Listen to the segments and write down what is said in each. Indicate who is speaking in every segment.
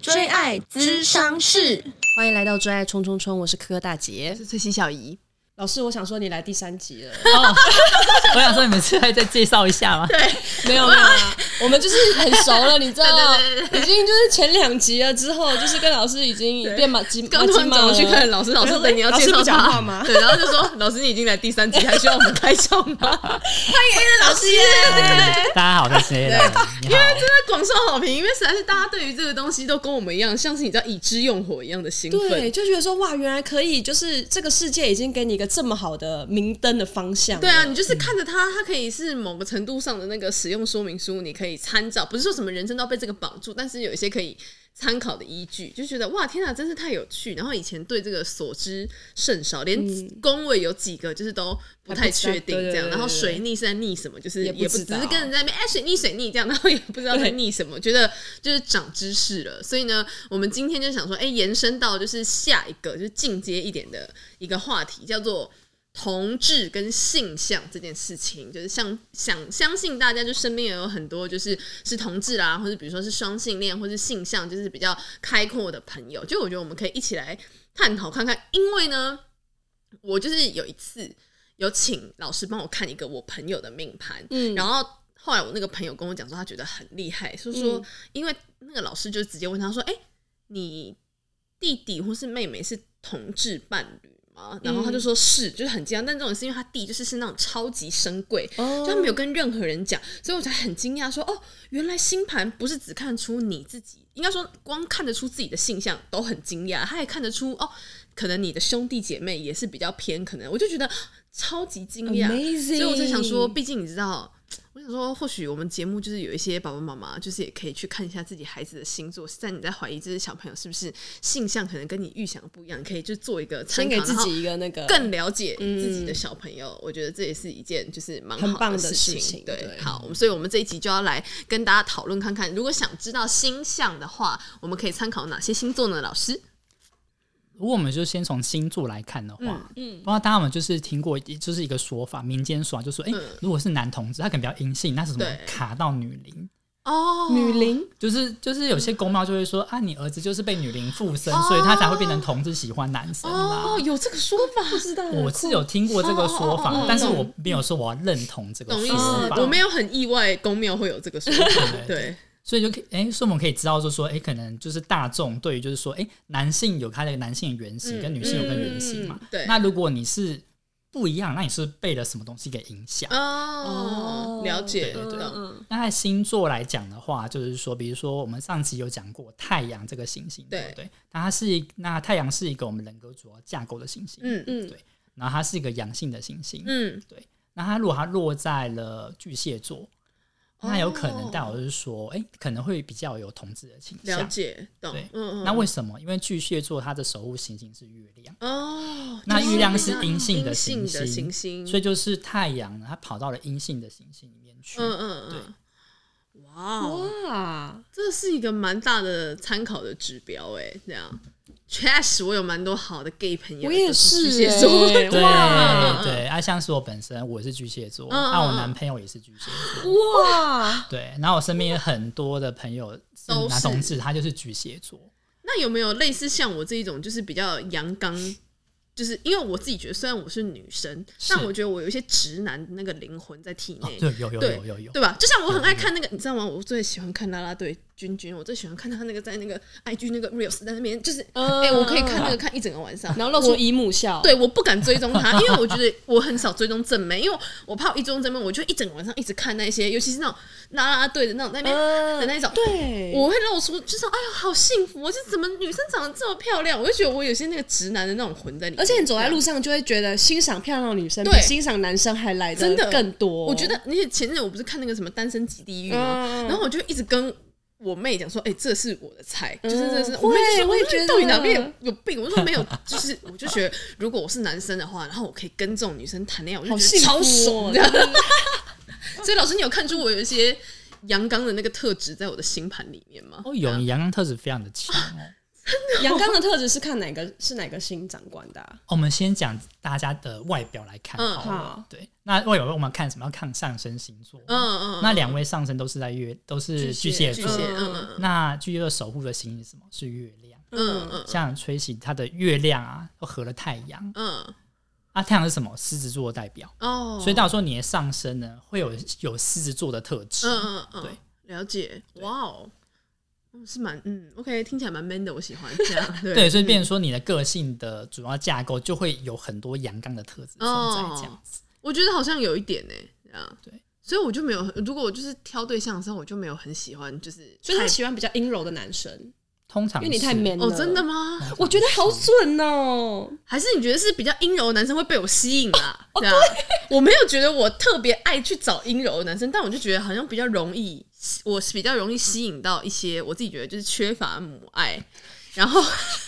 Speaker 1: 追爱咨商室，
Speaker 2: 欢迎来到追爱冲冲冲，我是科科大姐
Speaker 3: 是最新小姨。
Speaker 2: 老师。我想说你来第三集了，
Speaker 4: 哦，我想说你们是还再介绍一下吗？
Speaker 2: 没有没有啊，我们就是很熟了，你知 道，已经就是前两集了之后，就是跟老师已经变 马鸡马
Speaker 3: 刚
Speaker 2: 鸡
Speaker 3: 刚
Speaker 2: 马
Speaker 3: 走
Speaker 2: 了。
Speaker 3: 去看老师，哎老师等你要
Speaker 1: 老
Speaker 3: 介
Speaker 1: 师不
Speaker 3: 绍
Speaker 1: 讲话
Speaker 3: 他
Speaker 1: 吗
Speaker 3: 对，然后就说老师你已经来第三集，还需要我们开窍吗？
Speaker 1: 老师
Speaker 4: 大家好，我是 A 了，你好。
Speaker 3: 那广受好评，因为实在是大家对于这个东西都跟我们一样，像是你知道已知用火一样的兴
Speaker 2: 对，
Speaker 3: 奋。
Speaker 2: 就觉得说哇，原来可以，就是这个世界已经给你一个这么好的明灯的嗯方向。
Speaker 3: 对啊，，你就是看着它，它可以是某个程度上的那个使用说明书，你可以参照，不是说什么人生都要被这个绑住，但是有一些可以参考的依据，就觉得哇，天啊，真是太有趣。然后以前对这个所知甚少，连宫位有几个就是都不太确定
Speaker 2: 嗯还不知道
Speaker 3: 这样。
Speaker 2: 对对对
Speaker 3: 然后水逆是在逆什么，就是
Speaker 2: 也
Speaker 3: 也
Speaker 2: 不
Speaker 3: 不
Speaker 2: 知
Speaker 3: 只
Speaker 2: 道
Speaker 3: 是跟人在那边哎水逆水逆这样， 然后也不知道在逆什么，觉得就是长知识了。所以呢，我们今天就想说，哎，延伸到就是下一个就是进阶一点的一个话题，叫做。同志跟性向这件事情，就是像想相信大家就身边也有很多就是是同志啦，或者比如说是双性恋，或是性向就是比较开阔的朋友，就我觉得我们可以一起来探讨看看，因为呢，我就是有一次有请老师帮我看一个我朋友的命盘，
Speaker 2: 嗯
Speaker 3: 然后后来我那个朋友跟我讲说，他觉得很厉害，说说
Speaker 2: 嗯
Speaker 3: 因为那个老师就直接问他说：“哎、你弟弟或是妹妹是同志伴侣吗？”然后
Speaker 2: 嗯
Speaker 3: 他就说是，就是很惊讶。但这种是因为他弟就是是那种超级深贵，
Speaker 2: 哦
Speaker 3: 就他没有跟任何人讲，所以我才很惊讶说：“哦，原来星盘不是只看出你自己，应该说光看得出自己的性向都很惊讶，他还看得出哦，可能你的兄弟姐妹也是比较偏，可能我就觉得超级惊讶。”
Speaker 2: amazing，
Speaker 3: 所以我在想说，毕竟你知道，我想说，或许我们节目就是有一些爸爸妈妈，就是也可以去看一下自己孩子的星座，在你在怀疑这些小朋友是不是性向可能跟你预想的不一样，你可以就做一个参
Speaker 2: 先
Speaker 3: 考，
Speaker 2: 给自
Speaker 3: 然后
Speaker 2: 己一个那个
Speaker 3: 更了解自
Speaker 4: 嗯
Speaker 3: 己的小朋友。我觉得这也是一件就是蛮
Speaker 2: 很
Speaker 3: 好
Speaker 2: 棒的
Speaker 3: 事
Speaker 2: 事情
Speaker 3: 对，
Speaker 2: 对
Speaker 3: 好，我们所以我们这一集就要来跟大家讨论看看，如果想知道星象的话，我们可以参考哪些星座呢？老师，
Speaker 4: 如果我们就先从星座来看的话，
Speaker 2: 嗯
Speaker 4: 嗯，不知道大家有没有就是听过，就是一个说法，民间说法，就说，哎、
Speaker 3: 嗯
Speaker 4: 如果是男同志，他可能比较阴性，那是什么
Speaker 3: 对
Speaker 4: 卡到女灵，
Speaker 3: 哦，
Speaker 2: 女灵
Speaker 4: 就是就是有些公庙就会说，啊，你儿子就是被女灵附身，
Speaker 3: 哦
Speaker 4: 所以他才会变成同志喜欢男生啦。
Speaker 3: 哦，有这个说法，
Speaker 2: 不知道啊，
Speaker 4: 我是有听过这个说法，
Speaker 3: 哦哦哦哦
Speaker 4: 但是我没有说我要认同这个
Speaker 3: 懂意
Speaker 4: 说
Speaker 3: 思
Speaker 4: 法。，。
Speaker 3: 我没有很意外，公庙会有这个说法对，
Speaker 4: 所以就可以，哎、所以我们可以知道，就是说，哎、可能就是大众对于就是说，哎、男性有他的男性的原型，
Speaker 3: 嗯
Speaker 4: 跟女性有个原型嘛。
Speaker 3: 对
Speaker 4: 那如果你是不一样，那你是被了什么东西给影响？
Speaker 3: 哦
Speaker 2: 哦，
Speaker 3: 了解，
Speaker 4: 对
Speaker 3: 懂
Speaker 2: 嗯
Speaker 4: 那在星座来讲的话，就是说，比如说我们上集有讲过太阳这个行星，
Speaker 3: 对
Speaker 4: 对不对？那它是一那太阳是一个我们人格主要架构的行星，
Speaker 3: 嗯嗯
Speaker 2: 嗯
Speaker 4: 对然后它是一个阳性的行星，
Speaker 3: 嗯，
Speaker 4: 那它如果它落在了巨蟹座，那有可能代表就是说，哎、可能会比较有同志的倾
Speaker 3: 哦了
Speaker 4: 向。
Speaker 3: 解，懂
Speaker 4: 对，
Speaker 3: 嗯嗯，
Speaker 4: 那为什么？因为巨蟹座它的守护行星是月亮，
Speaker 3: 哦，
Speaker 4: 那
Speaker 3: 就是
Speaker 4: 月亮是
Speaker 3: 比较
Speaker 4: 阴性的
Speaker 3: 阴性
Speaker 4: 行
Speaker 3: 的
Speaker 4: 星
Speaker 3: 行星，
Speaker 4: 所以
Speaker 3: 以
Speaker 4: 就是太阳呢，它跑到了阴性的行星里面去。
Speaker 3: 嗯嗯
Speaker 4: 对
Speaker 3: 嗯，哇哦，
Speaker 2: 哇，
Speaker 3: 这是一个蛮大的参考的指标哎，这样。确实，我有蛮多好的 gay 朋友，
Speaker 2: 我也
Speaker 3: 都
Speaker 2: 是
Speaker 3: 巨蟹座，
Speaker 2: 欸
Speaker 4: 对
Speaker 2: 哇
Speaker 4: 对，啊，像是我本身我是巨蟹座，
Speaker 3: 嗯
Speaker 4: 啊，
Speaker 3: 嗯
Speaker 4: 我
Speaker 3: 嗯
Speaker 4: 男朋友也是巨蟹座，
Speaker 2: 哇，
Speaker 4: 对，然后我身边有很多的朋友是
Speaker 3: 都
Speaker 4: 男
Speaker 3: 是
Speaker 4: 同志，他就是巨蟹座，
Speaker 3: 那有没有类似像我这一种，就是比较阳刚？就是因为我自己觉得，虽然我是女生，
Speaker 4: 是
Speaker 3: 但我觉得我有一些直男的那个灵魂在体
Speaker 4: 哦
Speaker 3: 内、，
Speaker 4: 对，有有有有有，
Speaker 3: 对吧？就像我很爱看那个，你知道吗？我最喜欢看啦啦队君君，我最喜欢看他那个在那个 IG 那个 reels 在那边，就是哎、
Speaker 2: 嗯
Speaker 3: 我可以看那个看一整个晚上，
Speaker 2: 然后露出姨母笑，
Speaker 3: 对，我不敢追踪他，因为我觉得我很少追踪正妹，因为我怕我一追踪正妹，我就一整个晚上一直看那些，尤其是那种啦啦队的那种在那边
Speaker 2: 嗯
Speaker 3: 的那种，
Speaker 2: 对，
Speaker 3: 我会露出就是哎呦好幸福，我就怎么女生长得这么漂亮，我就觉得我有些那个直男的那种魂在里面，
Speaker 2: 而且你走在路上就会觉得欣赏漂亮的女生比
Speaker 3: 对
Speaker 2: 欣赏男生还来
Speaker 3: 真的
Speaker 2: 更多。
Speaker 3: 我觉得，而且前阵我不是看那个什么《单身即地狱》
Speaker 2: 哦嗯
Speaker 3: 吗？然后我就一直跟我妹讲说：“哎、这是我的菜，就是这是。
Speaker 2: 嗯
Speaker 3: 我妹
Speaker 2: 会
Speaker 3: 就说：“
Speaker 2: 我也
Speaker 3: 说
Speaker 2: 觉得啊
Speaker 3: 你到底哪边有有病？”我说：“没有，就是我就觉得，如果我是男生的话，然后我可以跟这种女生谈恋爱，我就
Speaker 2: 好
Speaker 3: 觉
Speaker 2: 幸福、
Speaker 3: 得超
Speaker 2: 哦
Speaker 3: 爽。的。所以老师，你有看出我有一些阳刚的那个特质在我的星盘里面吗？
Speaker 4: 哦，有你阳刚特质非常的强哦，
Speaker 2: 阳刚的特质是看哪个是哪个星长官的啊、
Speaker 4: 我们先讲大家的外表来看
Speaker 3: 嗯
Speaker 4: 好了
Speaker 2: 好
Speaker 4: 对，那外表我们要看什么？要看上升星座。
Speaker 3: 嗯嗯，
Speaker 4: 那两位上升都是在月，都是
Speaker 2: 巨
Speaker 4: 巨蟹
Speaker 2: 蟹
Speaker 3: 巨
Speaker 4: 座。
Speaker 3: 蟹，嗯嗯
Speaker 4: 那巨蟹座守护的星是什么？是月亮。
Speaker 3: 嗯嗯
Speaker 4: 像崔喜，他的月亮啊，都合了太阳。
Speaker 3: 嗯
Speaker 4: 啊，太阳是什么？狮子座的代表。
Speaker 3: 哦，
Speaker 4: 所以到时候你的上升呢，会有有狮子座的特质。
Speaker 3: 嗯嗯嗯，
Speaker 4: 对，
Speaker 3: 了解，哇哦。嗯是蛮嗯，OK，听起来蛮 man 的，我喜欢这样。对，
Speaker 2: 嗯
Speaker 3: 嗯
Speaker 4: 对，所以变成说你的个性的主要架构就会有很多阳刚的特质存
Speaker 2: 哦
Speaker 4: 在，这样子。
Speaker 3: 我觉得好像有一点呢、这样
Speaker 4: 对，
Speaker 3: 所以我就没有很，如果我就是挑对象的时候，我就没有很喜欢，就是
Speaker 2: 所以他
Speaker 3: 太
Speaker 2: 喜欢比较阴柔的男生，
Speaker 4: 通常
Speaker 2: 因为你太
Speaker 4: 是
Speaker 2: man 了。
Speaker 3: 哦，真的？吗？
Speaker 2: 我觉得好准哦！
Speaker 3: 还是你觉得是比较阴柔的男生会被我吸引 啊？对啊，我没有觉得我特别爱去找阴柔的男生，但我就觉得好像比较容易，我是比较容易吸引到一些我自己觉得就是缺乏母爱，然后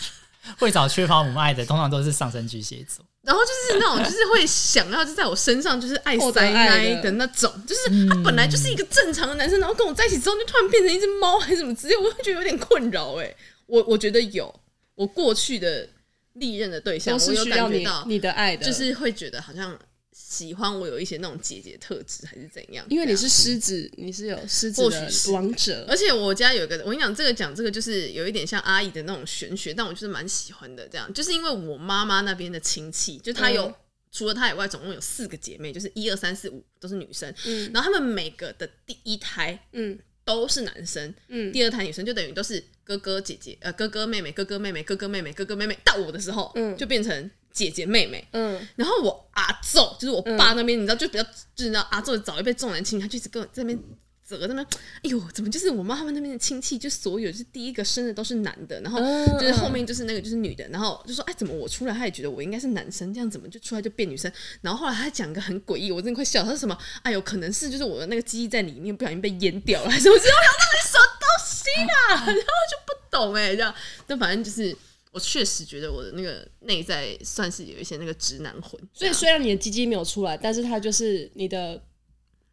Speaker 4: 会找缺乏母爱的，通常都是上升巨蟹座。
Speaker 3: 然后就是那种，就是会想要就在我身上就是爱塞奶的那种，
Speaker 2: 嗯
Speaker 3: 就是他本来就是一个正常的男生，然后跟我在一起之后就突然变成一只猫还是什么之类，我会觉得有点困扰哎、我我觉得有，我过去的历任的对象，
Speaker 2: 都
Speaker 3: 我
Speaker 2: 是
Speaker 3: 有
Speaker 2: 需要
Speaker 3: 感觉
Speaker 2: 你
Speaker 3: 到，
Speaker 2: 你的爱的，
Speaker 3: 就是会觉得好像喜欢我有一些那种姐姐特质还是怎样，
Speaker 2: 因为你是狮子，你是有狮子
Speaker 3: 啊或
Speaker 2: 的
Speaker 3: 许是
Speaker 2: 王者。
Speaker 3: 而且我家有一个，我跟你讲，这个讲这个就是有一点像阿姨的那种玄学，但我就是蛮喜欢的。这样，就是因为我妈妈那边的亲戚，就她有、
Speaker 2: 嗯
Speaker 3: 除了她以外，总共有四个姐妹，就是一二三四五都是女生。
Speaker 2: 嗯
Speaker 3: 然后她们每个的第一胎
Speaker 2: 嗯
Speaker 3: 都是男生，
Speaker 2: 嗯，
Speaker 3: 第二胎女生，就等于都是哥哥姐姐，呃，哥哥妹妹，哥哥妹妹，哥哥妹妹，哥哥妹妹。到我的时候，
Speaker 2: 嗯
Speaker 3: 就变成姐姐妹妹。
Speaker 2: 嗯，
Speaker 3: 然后我阿昼就是我爸那边，你知道就比较，就是你知道阿昼早一辈重男轻女，他就一直跟我在那边责在那边，哎呦，怎么就是我妈他们那边的亲戚，就所有就是第一个生的都是男的，然后
Speaker 2: 嗯
Speaker 3: 就是后面就是那个就是女的，然后就说哎，怎么我出来，他也觉得我应该是男生，这样怎么就出来就变女生？然后后来他讲一个很诡异，我真的快笑，他说什么，哎呦，可能是就是我的那个记忆在里面不小心被淹掉了，还是我知道我想到底什么东西啦，然后就不懂哎、这样，但反正就是。我确实觉得我的那个内在算是有一些那个直男魂，
Speaker 2: 所以
Speaker 3: 这样
Speaker 2: 虽然你的鸡鸡没有出来，但是它就是你的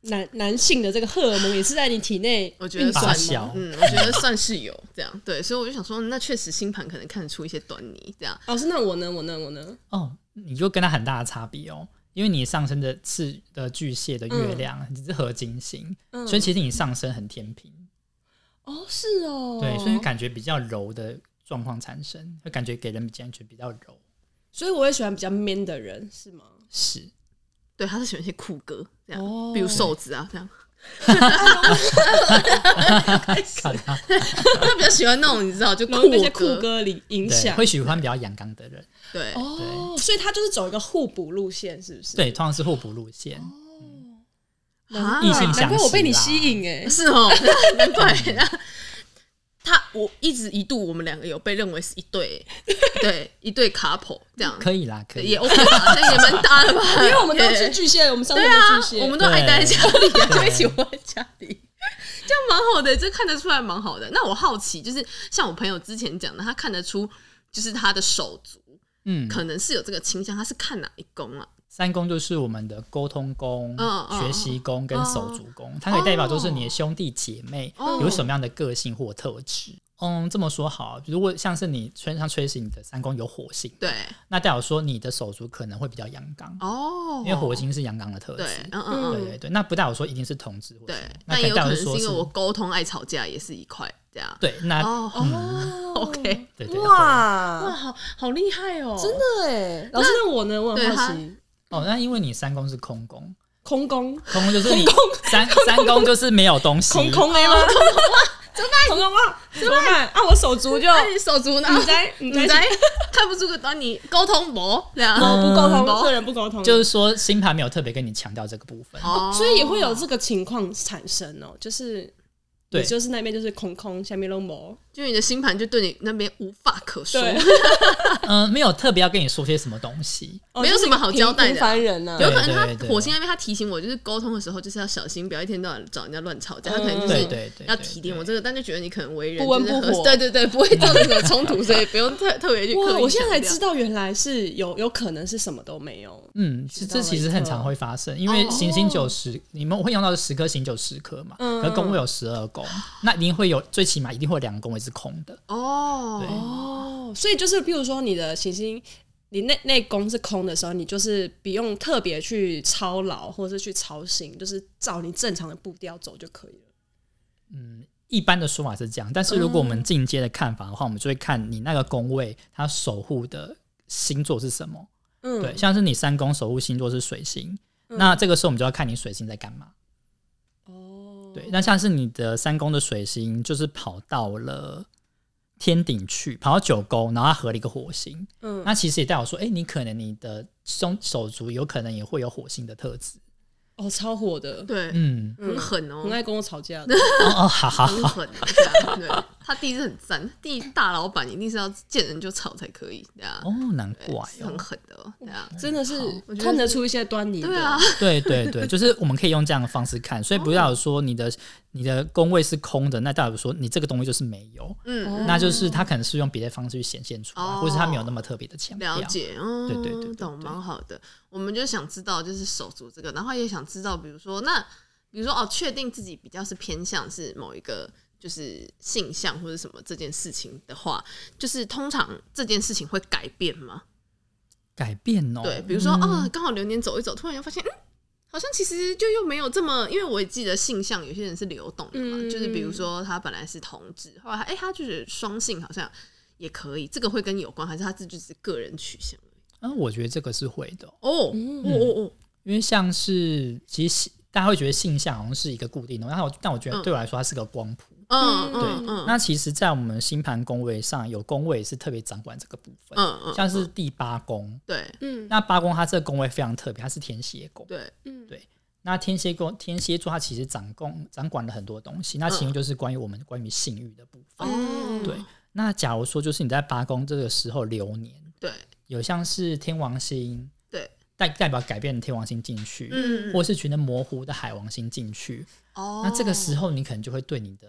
Speaker 2: 男男性的这个荷尔蒙也是在你体内
Speaker 3: 我觉得
Speaker 2: 运转
Speaker 4: 发
Speaker 3: 算
Speaker 2: 吗
Speaker 4: 酵
Speaker 3: 嗯，我觉得算是有这样，对，所以我就想说，那确实星盘可能看得出一些端倪，这样，
Speaker 2: 老师，哦那我呢？我呢？我呢？
Speaker 4: 哦，你就跟他很大的差别哦，因为你上升的是的巨蟹的月
Speaker 2: 嗯
Speaker 4: 亮，你是合金星，所以其实你上升很天平，
Speaker 2: 哦，是哦，
Speaker 4: 对，所以感觉比较柔的状况产生，会感觉给人比较觉比较柔，
Speaker 2: 所以我也喜欢比较 man 的人，是吗？
Speaker 4: 是
Speaker 3: 对，他是喜欢一些酷歌这样，
Speaker 2: 哦
Speaker 3: 比如瘦子 啊这样，
Speaker 4: 看他
Speaker 3: 他比较喜欢那种你知道就
Speaker 2: 然后
Speaker 3: 酷
Speaker 2: 被一些酷
Speaker 3: 歌，
Speaker 2: 哥里影
Speaker 4: 对，
Speaker 2: 响
Speaker 4: 会喜欢比较阳刚的人，
Speaker 3: 对，
Speaker 2: 哦，所以他就是走一个互补路线，是不是？
Speaker 4: 对，通常是互补路线，
Speaker 3: 哦啊
Speaker 4: 异性
Speaker 2: 难
Speaker 4: 相
Speaker 2: 怪我被你
Speaker 4: 吸啦
Speaker 2: 吸引哎、
Speaker 3: 是哦， 难怪他，我一直一度我们两个有被认为是一 对，对，一对 couple 这样，
Speaker 4: 可以啦，可以
Speaker 3: 也 OK 吧，这也蛮搭的吧，
Speaker 2: 因为我们都
Speaker 3: 对
Speaker 2: 是巨蟹，我们上
Speaker 3: 对
Speaker 2: 升
Speaker 3: 啊
Speaker 2: 都是巨蟹，，
Speaker 3: 我们都爱待在家里啊，
Speaker 4: 对
Speaker 3: 就一起窝在家里，这样蛮好的，这看得出来蛮好的。那我好奇，就是像我朋友之前讲的，他看得出，就是他的手足
Speaker 4: 嗯，
Speaker 3: 可能是有这个倾向，他是看哪一宫啊？
Speaker 4: 三宫就是我们的沟通宫、
Speaker 3: 嗯嗯
Speaker 4: 学习宫跟手足宫，它可以代表就是你的兄弟姐妹
Speaker 3: 哦
Speaker 4: 有什么样的个性或特质。嗯，这么说好，如果像是你吹像吹醒你的三宫有火星，
Speaker 3: 对，
Speaker 4: 那代表说你的手足可能会比较阳刚，
Speaker 3: 哦，
Speaker 4: 因为火星是阳刚的特
Speaker 3: 对
Speaker 4: 质，。
Speaker 3: 嗯嗯嗯，
Speaker 4: 哦对对对，那不代表说一定是同志或什
Speaker 3: 对
Speaker 4: 么，，那
Speaker 3: 但
Speaker 4: 可
Speaker 3: 也有
Speaker 4: 能代
Speaker 3: 可
Speaker 4: 表
Speaker 3: 能是
Speaker 4: 说
Speaker 3: 因为
Speaker 4: 是
Speaker 3: 我沟通爱吵架也是一块这样。
Speaker 4: 对那、
Speaker 3: 哦
Speaker 2: 哦
Speaker 3: ，OK，
Speaker 4: 对对
Speaker 3: 哇，
Speaker 1: 哇，
Speaker 3: 好好厉害哦，
Speaker 2: 真的哎、老师，那我呢？我
Speaker 3: 对
Speaker 2: 很好
Speaker 3: 他
Speaker 2: 奇，
Speaker 4: 哦，那因为你三宫是空宫，
Speaker 2: 空宫，
Speaker 4: 空宫就是你三三宫就是没有东西，
Speaker 2: 空空 A 吗？哦空空哇， 怎么办？空空哇，怎么办？啊，我手足就
Speaker 3: 那你哎手足呢？
Speaker 2: 你在你在
Speaker 3: 你在看不出个端倪，沟通不这样。
Speaker 2: 不沟通，
Speaker 3: 嗯
Speaker 2: 个人不沟通，
Speaker 4: 就是说星盘没有特别跟你强调这个部分。
Speaker 3: 哦
Speaker 2: 所以也会有这个情况产生哦，就是
Speaker 4: 对
Speaker 2: 你就是那边就是空空，下面都没，
Speaker 3: 就你的星盘就对你那边无话可说，
Speaker 2: 对
Speaker 4: 嗯，没有特别要跟你说些什么东西。
Speaker 2: 哦
Speaker 3: 没有
Speaker 2: 就是
Speaker 3: 什么好交代的啊
Speaker 2: 平凡人啊呢、
Speaker 3: 有可能
Speaker 4: 对对
Speaker 3: 他
Speaker 4: 对
Speaker 3: 火星那边他提醒我，就是沟通的时候就是要小心，不要一天到晚找人家乱吵架。他可能就
Speaker 4: 对
Speaker 3: 是
Speaker 4: 对对，
Speaker 3: 要
Speaker 4: 对
Speaker 3: 提点我
Speaker 4: 对
Speaker 3: 这个，但就觉得你可能为人
Speaker 2: 不温
Speaker 3: 就是
Speaker 2: 不
Speaker 3: 合
Speaker 2: 火
Speaker 3: 对对对，不会造成什么冲突，所以不用特特别去刻意强
Speaker 2: 哇！
Speaker 3: 调。
Speaker 2: 我现在才知道，原来是有有可能是什么都没有。
Speaker 4: 嗯，其实
Speaker 2: 学到
Speaker 4: 这
Speaker 2: 了
Speaker 4: 其
Speaker 2: 一
Speaker 4: 实很
Speaker 2: 课
Speaker 3: 哦
Speaker 4: 常会发生，因为行星九十，你们会用到十颗行九十颗嘛，
Speaker 2: 嗯
Speaker 4: 可
Speaker 2: 嗯
Speaker 4: 宫位有十二宫，那一定会有最起码一定会有两个宫位是空的。对
Speaker 3: 哦，
Speaker 2: 哦，所以就是，譬如说你的行星，你内内宫是空的时候，你就是不用特别去操劳，或是去操心，就是照你正常的步调走就可以了。
Speaker 4: 一般的说法是这样，但是如果我
Speaker 2: 嗯
Speaker 4: 们进阶的看法的话，我们就会看你那个宫位它守护的星座是什么。
Speaker 2: 嗯，
Speaker 4: 对，像是你三宫守护星座是水星，那这个时候我们就要看你水星在干嘛。
Speaker 2: 哦，
Speaker 4: 对，那像是你的三宫的水星就是跑到了天顶去，跑到九宫，然后它合了一个火星，
Speaker 2: 嗯
Speaker 4: 那其实也代表说，哎、你可能你的手手足有可能也会有火星的特质。
Speaker 2: 哦，超火的，
Speaker 3: 对，啊
Speaker 4: 嗯，
Speaker 3: 很狠哦
Speaker 2: 很，爱跟我吵架的，
Speaker 4: 哦哦，好好
Speaker 3: 很
Speaker 4: 好，
Speaker 3: 狠。对啊对，他弟是很赞，弟大老板一定是要见人就吵才可以，对啊，
Speaker 4: 哦，难怪
Speaker 3: 是
Speaker 4: 哦
Speaker 3: 很，狠的哦，对啊，
Speaker 2: 真的是
Speaker 3: 我觉得
Speaker 2: 看得出一些端倪的。
Speaker 3: 对啊，
Speaker 4: 对对对，就是我们可以用这样的方式看，所以不要说你的你的宫位是空的，那代表说你这个东西就是没有，
Speaker 3: 嗯，
Speaker 4: 那就是它可能是用别的方式去显现出来，
Speaker 3: 哦
Speaker 4: 或者是它没有那么特别的强调。
Speaker 3: 了解，嗯，
Speaker 4: 对对对对
Speaker 3: 懂，
Speaker 4: 对
Speaker 3: 蛮好的。我们就想知道就是手足这个，然后也想知道，比如说那，比如说哦，确定自己比较是偏向是某一个就是性向或者什么这件事情的话，就是通常这件事情会改变吗？
Speaker 4: 改变哦，
Speaker 3: 对，比如说哦，刚好流年走一走，突然又发现，嗯，好像其实就又没有这么，因为我也记得性向有些人是流动的嘛，
Speaker 2: 嗯
Speaker 3: 就是比如说他本来是同志，后来哎、他就是双性，好像也可以，这个会跟你有关，还是他自己是个人取向？
Speaker 4: 嗯，我觉得这个是会的哦、
Speaker 3: 哦，哦哦哦，
Speaker 4: 因为像是其实性大家会觉得性向好像是一个固定的，然后但我觉得
Speaker 3: 嗯
Speaker 4: 对我来说它是个光谱。
Speaker 3: 嗯
Speaker 2: 对
Speaker 3: 嗯嗯，
Speaker 4: 那其实，在我们星盘宫位上有宫位是特别掌管这个部分，
Speaker 3: 嗯嗯，
Speaker 4: 像是第八宫，
Speaker 3: 对
Speaker 2: 嗯
Speaker 4: 那八宫它这个宫位非常特别，它是天蝎宫。
Speaker 3: 对，
Speaker 2: 嗯
Speaker 4: 对那天蝎宫天蝎座它其实掌控掌管了很多东西，那其中就是关于我们关于性欲的部分。
Speaker 3: 嗯哦
Speaker 4: 对，那假如说就是你在八宫这个时候流年
Speaker 3: 对
Speaker 4: 有像是天王星
Speaker 3: 对，
Speaker 4: 代代表改变的天王星进去，
Speaker 3: 嗯，
Speaker 4: 或是觉得模糊的海王星进去，
Speaker 3: 哦，
Speaker 4: 那这个时候你可能就会对你的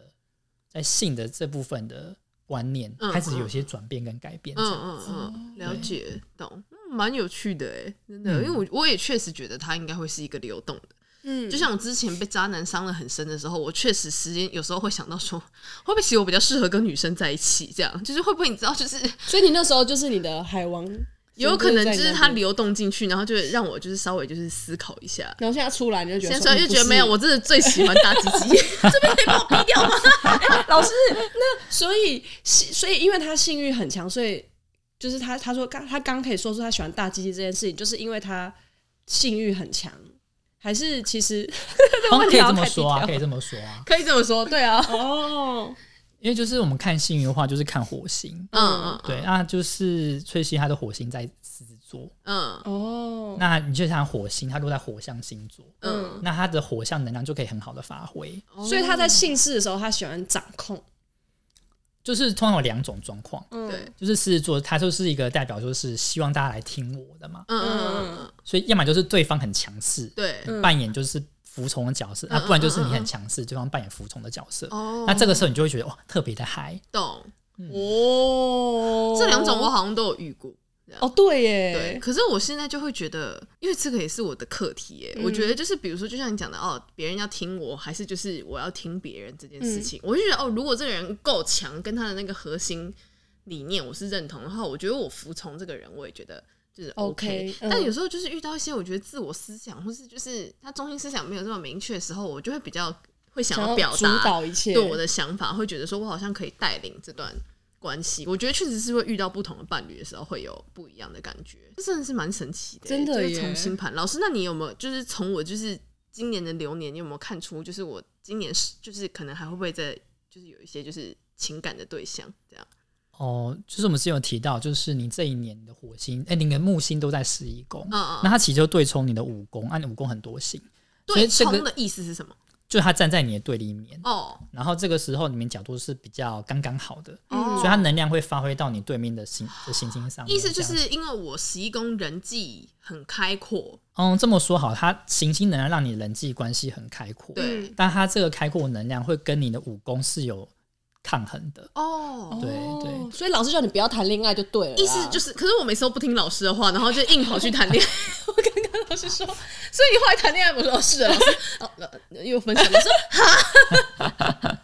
Speaker 4: 在性的这部分的观念
Speaker 3: 嗯
Speaker 4: 开始有些转变跟改变。
Speaker 3: 嗯嗯嗯，了
Speaker 4: 对
Speaker 3: 解，懂，嗯蛮有趣的哎，真的，因
Speaker 4: 嗯
Speaker 3: 为我我也确实觉得它应该会是一个流动的。
Speaker 2: 嗯
Speaker 3: 就像我之前被渣男伤的很深的时候，我确实时间有时候会想到说，会不会其实我比较适合跟女生在一起？这样就是会不会你知道， 就是
Speaker 2: 所以你那时候就是你的海王，
Speaker 3: 有可能就
Speaker 2: 在
Speaker 3: 是它
Speaker 2: 你那边，
Speaker 3: 流动进去，然后就会让我就是稍微就是思考一下。
Speaker 2: 然后现在出来你就觉
Speaker 3: 现
Speaker 2: 得
Speaker 3: 在
Speaker 2: 说，
Speaker 3: 虽然
Speaker 2: 嗯
Speaker 3: 就觉得没有，，
Speaker 2: 不
Speaker 3: 我真的最喜欢大鸡鸡， 这边可以帮我逼掉吗？
Speaker 2: 是 老师，那所以性所以因为他性欲很强，所以就是他他说刚他刚可以说出他喜欢大鸡鸡这件事情，就是因为他性欲很强，还是其实 这
Speaker 4: 哦
Speaker 2: 问
Speaker 4: 可
Speaker 2: 题
Speaker 4: 以
Speaker 2: 好像
Speaker 4: 这么
Speaker 2: 太低
Speaker 4: 说啊，
Speaker 2: 调
Speaker 4: 可以这么说啊，
Speaker 3: 可以这么说，对啊，
Speaker 2: 哦，
Speaker 4: 因为就是我们看星云的话，就是看火星。
Speaker 3: 嗯嗯
Speaker 4: 对，那就是翠西她的火星在狮子座，
Speaker 3: 嗯
Speaker 2: 哦，
Speaker 4: 那你就想火星，它落在火象星座，
Speaker 3: 嗯
Speaker 4: 那它的火象能量就可以很好的发挥。
Speaker 3: 嗯，
Speaker 2: 所以他在性事的时候，他喜欢掌控，
Speaker 4: 就是通常有两种状况，
Speaker 2: 嗯
Speaker 3: 对，
Speaker 4: 就是狮子座，它就是一个代表，就是希望大家来听我的嘛，
Speaker 3: 嗯嗯嗯嗯，
Speaker 4: 所以要么就是对方很强势，
Speaker 3: 对，嗯
Speaker 2: 嗯
Speaker 4: 扮演就是服从的角色，啊，不然就是你很强势，对方扮演服从的角色。
Speaker 3: 哦，
Speaker 4: 那这个时候你就会觉得哇，特别的嗨，嗯
Speaker 3: 懂
Speaker 2: 哦，
Speaker 3: 这两种我好像都有遇过。
Speaker 2: 哦，对
Speaker 3: 对，
Speaker 2: 耶，
Speaker 3: 可是我现在就会觉得，因为这个也是我的课题耶。
Speaker 2: 嗯
Speaker 3: 我觉得就是，比如说，就像你讲的，哦，别人要听我，还是就是我要听别人这件事情，我就觉得，哦，如果这个人够强，跟他的那个核心理念我是认同的话，我觉得我服从这个人，我也觉得就是 OK
Speaker 2: OK，。嗯
Speaker 3: 但有时候就是遇到一些我觉得自我思想或是就是他中心思想没有这么明确的时候，我就会比较会想
Speaker 2: 想
Speaker 3: 要表
Speaker 2: 主
Speaker 3: 达
Speaker 2: 导一切，
Speaker 3: 对我的想法，会觉得说我好像可以带领这段关系。我觉得确实是会遇到不同的伴侣的时候，会有不一样的感觉，这真的是蛮神奇的欸、
Speaker 2: 真的
Speaker 3: 就是
Speaker 2: 耶
Speaker 3: 从星盘，老师，那你有没有就是从我就是今年的流年，你有没有看出就是我今年是就是可能还会不会在就是有一些就是情感的对象这样？
Speaker 4: 哦，就是我们之前有提到，就是你这一年的火星，哎、你的木星都在十一宫，
Speaker 3: 嗯
Speaker 4: 那
Speaker 3: 嗯，
Speaker 4: 它其实就对冲你的五宫，啊按、你五宫很多星，所
Speaker 3: 对
Speaker 4: 以这
Speaker 3: 冲
Speaker 4: 个
Speaker 3: 的意思是什么？
Speaker 4: 就它站在你的对立面，
Speaker 3: 哦
Speaker 4: 然后这个时候你们角度是比较刚刚好的，
Speaker 3: 哦
Speaker 4: 所以，它能量会发挥到你对面的星的行星上面。
Speaker 3: 意思就
Speaker 4: 这样，
Speaker 3: 是因为我十一宫人际很开阔，
Speaker 4: 嗯，这么说好，它行星能量让你人际关系很开阔，
Speaker 3: 对，
Speaker 4: 但它这个开阔能量会跟你的武功是有抗衡的。
Speaker 3: 哦
Speaker 4: 对
Speaker 2: 哦
Speaker 4: 对
Speaker 2: 所以老师叫你不要谈恋爱就对了啦，
Speaker 3: 意思 就是，可是我每次都不听老师的话，然后就硬跑去谈恋爱。我刚刚老师说，所以你后来谈恋爱，我说哦是的，老师，哦，呃又分享，我说哈，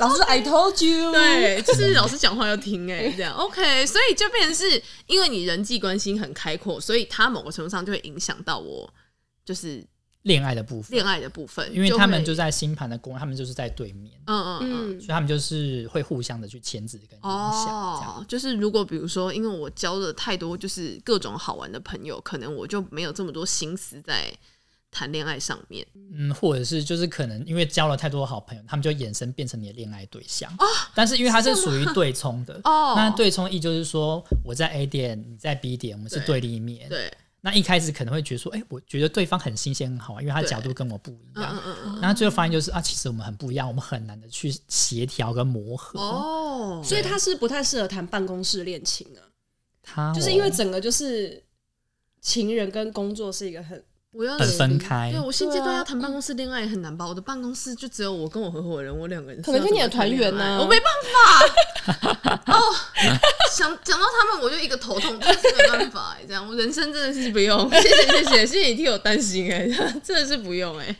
Speaker 5: 老师，I told you，，
Speaker 3: 对，就是老师讲话要听哎、这样 OK，所以就变成是因为你人际关系很开阔，所以它某个程度上就会影响到我就是
Speaker 4: 恋爱的部分，
Speaker 3: 恋爱的部分，
Speaker 4: 因为他们就
Speaker 3: 会
Speaker 4: 在星盘的宫位，他们就是在对面，
Speaker 3: 嗯嗯嗯。
Speaker 2: 嗯
Speaker 4: 所以他们就是会互相的去牵制跟影响，这样。
Speaker 3: 哦，就是如果比如说，因为我交了太多就是各种好玩的朋友，可能我就没有这么多心思在谈恋爱上面。
Speaker 4: 嗯，或者是就是可能因为交了太多好朋友，他们就衍生变成你的恋爱对象。但是因为它是属于对冲的，
Speaker 3: 哦
Speaker 4: 那对冲意就是说我在 A 点，你在 B 点，我们是
Speaker 3: 对
Speaker 4: 对立面。
Speaker 3: 对，
Speaker 4: 那一开始可能会觉得说，哎、我觉得对方很新鲜很好玩，因为他的
Speaker 3: 对
Speaker 4: 角度跟我不一
Speaker 3: 嗯
Speaker 4: 样。
Speaker 3: 嗯嗯嗯，
Speaker 4: 然后最后发现就是啊，其实我们很不一样，我们很难的去协调跟磨合。
Speaker 3: 哦，
Speaker 2: 所以他是不太适合谈办公室恋情啊，
Speaker 4: 他
Speaker 2: 就是因为整个就是情人跟工作是一个很
Speaker 3: 我要
Speaker 4: 很
Speaker 3: 离
Speaker 4: 分开
Speaker 3: 对我现阶段
Speaker 2: 对啊
Speaker 3: 要谈办公室恋爱也很难吧？我的办公室就只有我跟我合伙人，我两个人是
Speaker 2: 可能
Speaker 3: 要
Speaker 2: 跟
Speaker 3: 怎
Speaker 2: 你
Speaker 3: 么
Speaker 2: 的团
Speaker 3: 谈
Speaker 2: 员
Speaker 3: 恋爱
Speaker 2: 呢
Speaker 3: 我没办 法。哦，想讲到他们我就一个头痛，真的是没办法、欸这样我人生真的是不用，谢谢谢谢谢谢你替我担心哎、 真的是不用哎、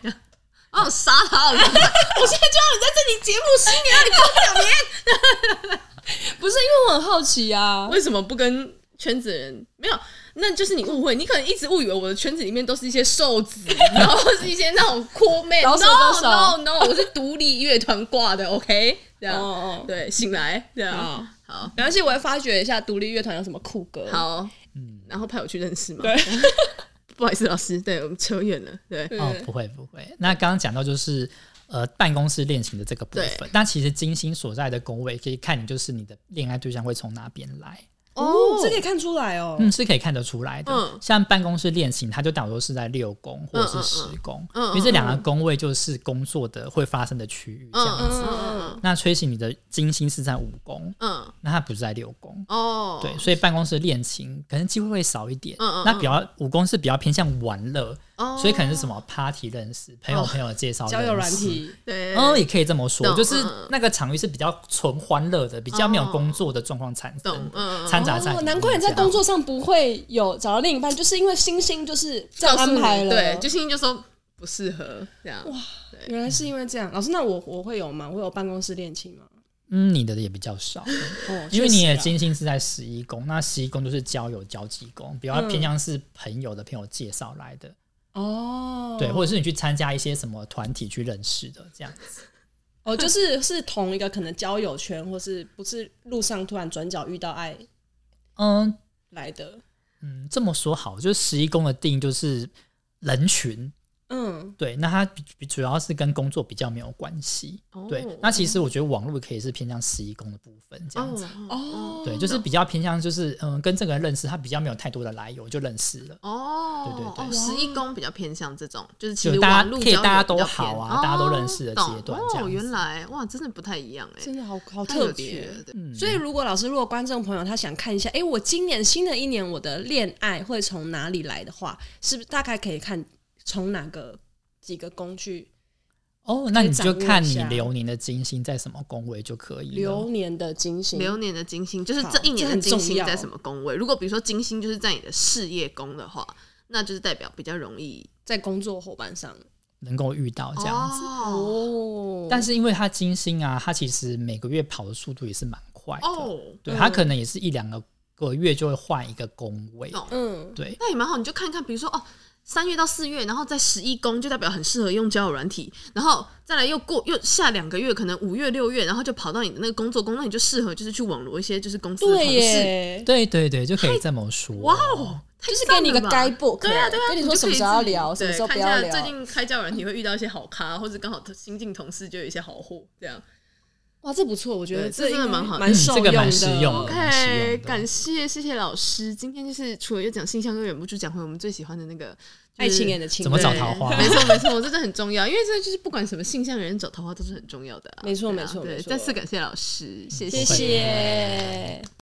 Speaker 3: 我想杀他！我现在就要你在这里节目十年，你跟我讲别人
Speaker 5: 不是因为我很好奇啊，
Speaker 3: 为什么不跟圈子人没有？那就是你误会，你可能一直误以为我的圈子里面都是一些瘦子，然后是一些那种酷妹。
Speaker 5: 老手
Speaker 3: no
Speaker 5: 高手
Speaker 3: no no，我是独立乐团挂的，OK？这样、
Speaker 2: 哦哦，
Speaker 3: 对，醒来这样、
Speaker 2: 哦
Speaker 3: 好
Speaker 2: 没关系，我会发掘一下独立乐团有什么酷歌。，
Speaker 3: 好，
Speaker 4: 嗯
Speaker 3: 然后派我去认识嘛。对， 不好意思，老师，对我们扯远了。对，
Speaker 4: 哦，不会不会。那刚刚讲到就是呃办公室恋情的这个部分，那其实金星所在的宫位可以看你就是你的恋爱对象会从哪边来，
Speaker 2: 哦，这可以看出来哦。
Speaker 4: 嗯，是可以看得出来的。
Speaker 3: 嗯
Speaker 4: 像办公室恋情，它就当做是在六宫或者是十宫，
Speaker 3: 嗯嗯嗯
Speaker 4: 因为这两个宫位就是工作的会发生的区域这
Speaker 3: 嗯
Speaker 4: 样
Speaker 3: 嗯
Speaker 4: 子。
Speaker 3: 嗯
Speaker 4: 那吹醒你的金星是在五宫，
Speaker 3: 嗯嗯，
Speaker 4: 那它不是在六宫。
Speaker 3: 哦，
Speaker 4: 对，所以办公室恋情可能机会会少一点。
Speaker 3: 嗯嗯嗯
Speaker 4: 那比较五宫是比较偏向玩乐，
Speaker 3: 哦
Speaker 4: 所以可能是什么 party 认识，朋友朋友介绍、
Speaker 2: 交友软。体，
Speaker 3: 对，
Speaker 4: 嗯，也可以这么说，
Speaker 3: 懂
Speaker 4: 就是
Speaker 3: 嗯嗯
Speaker 4: 那个场域是比较纯欢乐的，比较没有工作的状况产
Speaker 3: 懂
Speaker 4: 生，
Speaker 3: 嗯嗯
Speaker 4: 的，掺杂在里
Speaker 2: 哦
Speaker 4: 面。
Speaker 2: 难怪你在
Speaker 4: 这样
Speaker 2: 工作上不会有找到另一半，就是因为星星就是这样
Speaker 3: 告诉
Speaker 2: 安
Speaker 3: 你
Speaker 2: 排了。
Speaker 3: 对，就星星就说不适合这样。哇，
Speaker 2: 原来是因为这样。老师，那我我会有吗？我有办公室恋情吗？
Speaker 4: 嗯，你的也比较 少，
Speaker 2: 哦，
Speaker 4: 因为你
Speaker 2: 也
Speaker 4: 的金星是在十一宫，那十一宫就是交友交际宫，比较
Speaker 2: 嗯
Speaker 4: 偏向是朋友的朋友介绍来的，
Speaker 2: 哦，
Speaker 4: 对，或者是你去参加一些什么团体去认识的这样子。
Speaker 2: 哦，就是是同一个可能交友圈，或是不是路上突然转角遇到爱
Speaker 4: 嗯
Speaker 2: 来的。
Speaker 4: 嗯，这么说好，就是十一宫的定义就是人群，
Speaker 2: 嗯，
Speaker 4: 对，那它比比主要是跟工作比较没有关系，对
Speaker 3: 哦。
Speaker 4: 那其实我觉得网络可以是偏向十一宫的部分这样子。
Speaker 2: 哦，
Speaker 4: 对，就是比较偏向，就是嗯，跟这个人认识，他比较没有太多的来由，就认识了。
Speaker 3: 哦，
Speaker 4: 对对对
Speaker 3: 哦，十一宫比较偏向这种，就是其
Speaker 4: 就
Speaker 3: 实
Speaker 4: 大家
Speaker 3: 网络
Speaker 4: 可以
Speaker 3: 交友
Speaker 4: 大家
Speaker 3: 比较
Speaker 4: 都
Speaker 3: 偏
Speaker 4: 好啊
Speaker 3: 哦
Speaker 4: 大家都认识的阶
Speaker 3: 懂
Speaker 4: 段这样
Speaker 3: 哦，
Speaker 4: 子
Speaker 3: 原来哇，真的不太一样哎，
Speaker 2: 真的好好
Speaker 3: 太有
Speaker 2: 特
Speaker 3: 趣
Speaker 2: 别
Speaker 3: 了。。对
Speaker 4: 嗯，
Speaker 2: 所以，如果老师，如果观众朋友他想看一下，哎、我今年新的一年我的恋爱会从哪里来的话，是不是大概可以看从哪个几个工具
Speaker 4: 哦，那你
Speaker 2: 掌握
Speaker 4: 就
Speaker 2: 一
Speaker 4: 看你
Speaker 2: 下
Speaker 4: 流年的金星在什么宫位就可以了。
Speaker 2: 流年的金星？
Speaker 3: 流年的金星就是
Speaker 2: 好
Speaker 3: 这一年
Speaker 2: 这
Speaker 3: 的
Speaker 2: 很
Speaker 3: 金星
Speaker 2: 重要
Speaker 3: 在什么宫位？如果比如说金星就是在你的事业宫的话，那就是代表比较容易
Speaker 2: 在工作伙伴上
Speaker 4: 能够遇到这样子。
Speaker 3: 哦
Speaker 2: 哦
Speaker 4: 但是因为它金星啊，它其实每个月跑的速度也是蛮快的，
Speaker 3: 哦，
Speaker 4: 对，它可能也是一两个个月就会换一个宫位，
Speaker 3: 懂
Speaker 2: 嗯，
Speaker 4: 对。
Speaker 3: 那也蛮好，你就看看，比如说哦，三月到四月，然后在十一宫就代表很适合用交友软体，然后再来又过又下两个月，可能五月六月，然后就跑到你的那个工作宫，那你就适合就是去网罗一些就是公司的
Speaker 2: 对
Speaker 3: 同事。
Speaker 2: 耶，
Speaker 4: 对对对，就可以这么说。
Speaker 3: 哇哦，太
Speaker 5: 就是
Speaker 3: 赞
Speaker 5: 给你一个
Speaker 3: 了吧
Speaker 5: guide book，
Speaker 3: 对
Speaker 2: 欸
Speaker 3: 啊，对啊，
Speaker 5: 跟你
Speaker 3: 就
Speaker 5: 说
Speaker 3: 可以
Speaker 5: 什么时候要聊，
Speaker 3: 自己
Speaker 5: 什么时候
Speaker 3: 对
Speaker 5: 不要
Speaker 3: 看一下
Speaker 5: 聊。
Speaker 3: 最近开交友软体会遇到一些好咖，或者刚好新进同事就有一些好货，这样。
Speaker 2: 哇，这不错，我觉得
Speaker 3: 对这真的
Speaker 2: 应该
Speaker 3: 蛮好的
Speaker 4: 嗯
Speaker 2: 蛮受
Speaker 4: 这
Speaker 2: 用
Speaker 4: 个
Speaker 2: 的，哦
Speaker 4: 蛮实用的，蛮实用
Speaker 3: OK，
Speaker 4: 的
Speaker 3: 哎感谢谢谢老师，今天就是除了又讲性向，又忍不住讲回我们最喜欢的那个
Speaker 2: 爱情眼的情
Speaker 4: 怎么
Speaker 2: 人
Speaker 4: 找桃花
Speaker 3: 对没错 没错，这真的很重要，因为这就是不管什么性向的人找桃花都是很重要的啊、
Speaker 2: 没错
Speaker 3: 对啊
Speaker 2: 没错
Speaker 3: 对
Speaker 2: 没错
Speaker 3: 再次感谢老师，谢
Speaker 2: 谢
Speaker 4: 不会
Speaker 2: 谢。